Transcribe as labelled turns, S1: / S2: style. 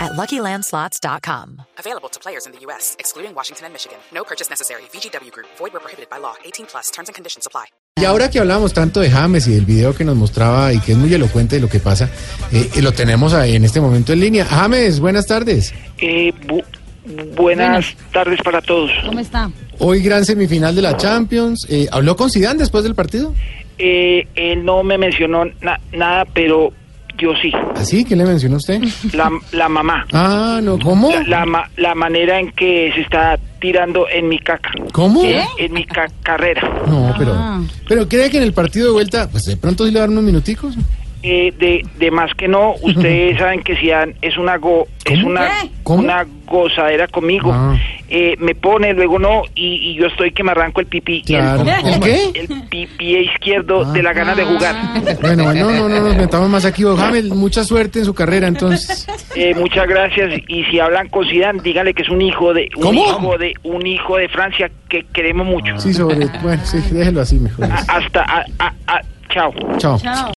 S1: at luckylandslots.com.
S2: Available to players in the U.S., excluding Washington and Michigan. No purchase necessary. VGW Group, void were prohibited by law. 18 plus terms and conditions apply.
S3: Y ahora que hablamos tanto de James y del video que nos mostraba y que es muy elocuente de lo que pasa, eh, eh, lo tenemos ahí en este momento en línea. James, buenas tardes.
S4: Eh, bu- buenas tardes para todos.
S5: ¿Cómo está?
S3: Hoy gran semifinal de la Champions. Eh, ¿Habló con Zidane después del partido?
S4: Eh, él no me mencionó na- nada, pero yo sí.
S3: ¿Así? ¿Ah, ¿Qué le mencionó usted?
S4: La, la mamá.
S3: Ah, no, ¿cómo?
S4: La, la ma- la manera en que se está tirando en mi caca.
S3: ¿Cómo?
S4: En mi ca- carrera.
S3: No, pero,
S5: Ah.
S3: pero cree que en el partido de vuelta, pues de pronto sí le dan unos minuticos.
S4: Eh, de, de más que no, ustedes saben que Zidane es una go, es
S3: ¿Cómo?
S4: una,
S5: ¿Qué?
S3: ¿Cómo?
S4: una gozadera conmigo.
S3: Ah.
S4: Eh, me pone, luego no, y, y yo estoy que me arranco el pipí.
S3: Claro. Ah. ¿El qué?
S4: El, el pipí izquierdo de la gana de jugar.
S3: Bueno, no, no, no nos metamos más aquí. James, mucha suerte en su carrera, entonces.
S4: Eh, muchas gracias y si hablan con Zidane, díganle que es un hijo de un
S3: ¿Cómo?
S4: hijo de un hijo de Francia que queremos mucho.
S3: Sí, sobre. Bueno, sí, déjelo así mejor.
S4: A- Hasta a- a- a- chao.
S3: Chao.
S5: Chao.